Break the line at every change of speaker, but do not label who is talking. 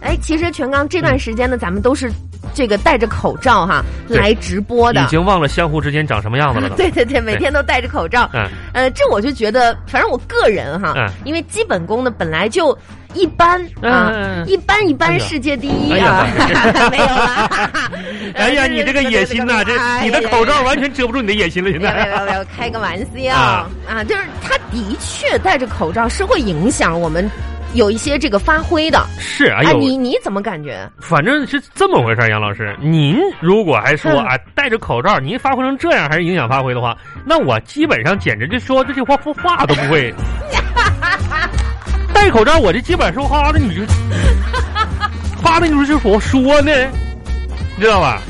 哎，其实全刚这段时间呢，咱们都是这个戴着口罩哈
嗯对
来直播的
已。经忘了相互之间长什么样子了 都。
对对对，每天都戴着口罩。
嗯，
呃，这我就觉得，反正我个人哈，
嗯
因为基本功呢本来就一般啊，
嗯嗯嗯
一般一般，
哎呀
世界第一
哎呀
啊，
反
没 有呃啦。
哎呀，你这个野心呐，
哎
这你的口罩完全遮不住你的野心了，现
没有没
在。
有没有，开个玩笑啊
啊
就是他的确戴着口罩是会影响我们有一些这个发挥的。
是，哎
哎，
呦，
你你怎么感觉？
反正是这么回事儿，杨老师，您如果还说
嗯
啊戴着口罩，您发挥成这样还是影响发挥的话，那我基本上简直就说这句话说话都不 会。戴口罩，我这基本上说话的你就，夸的你说是我说呢，知道吧？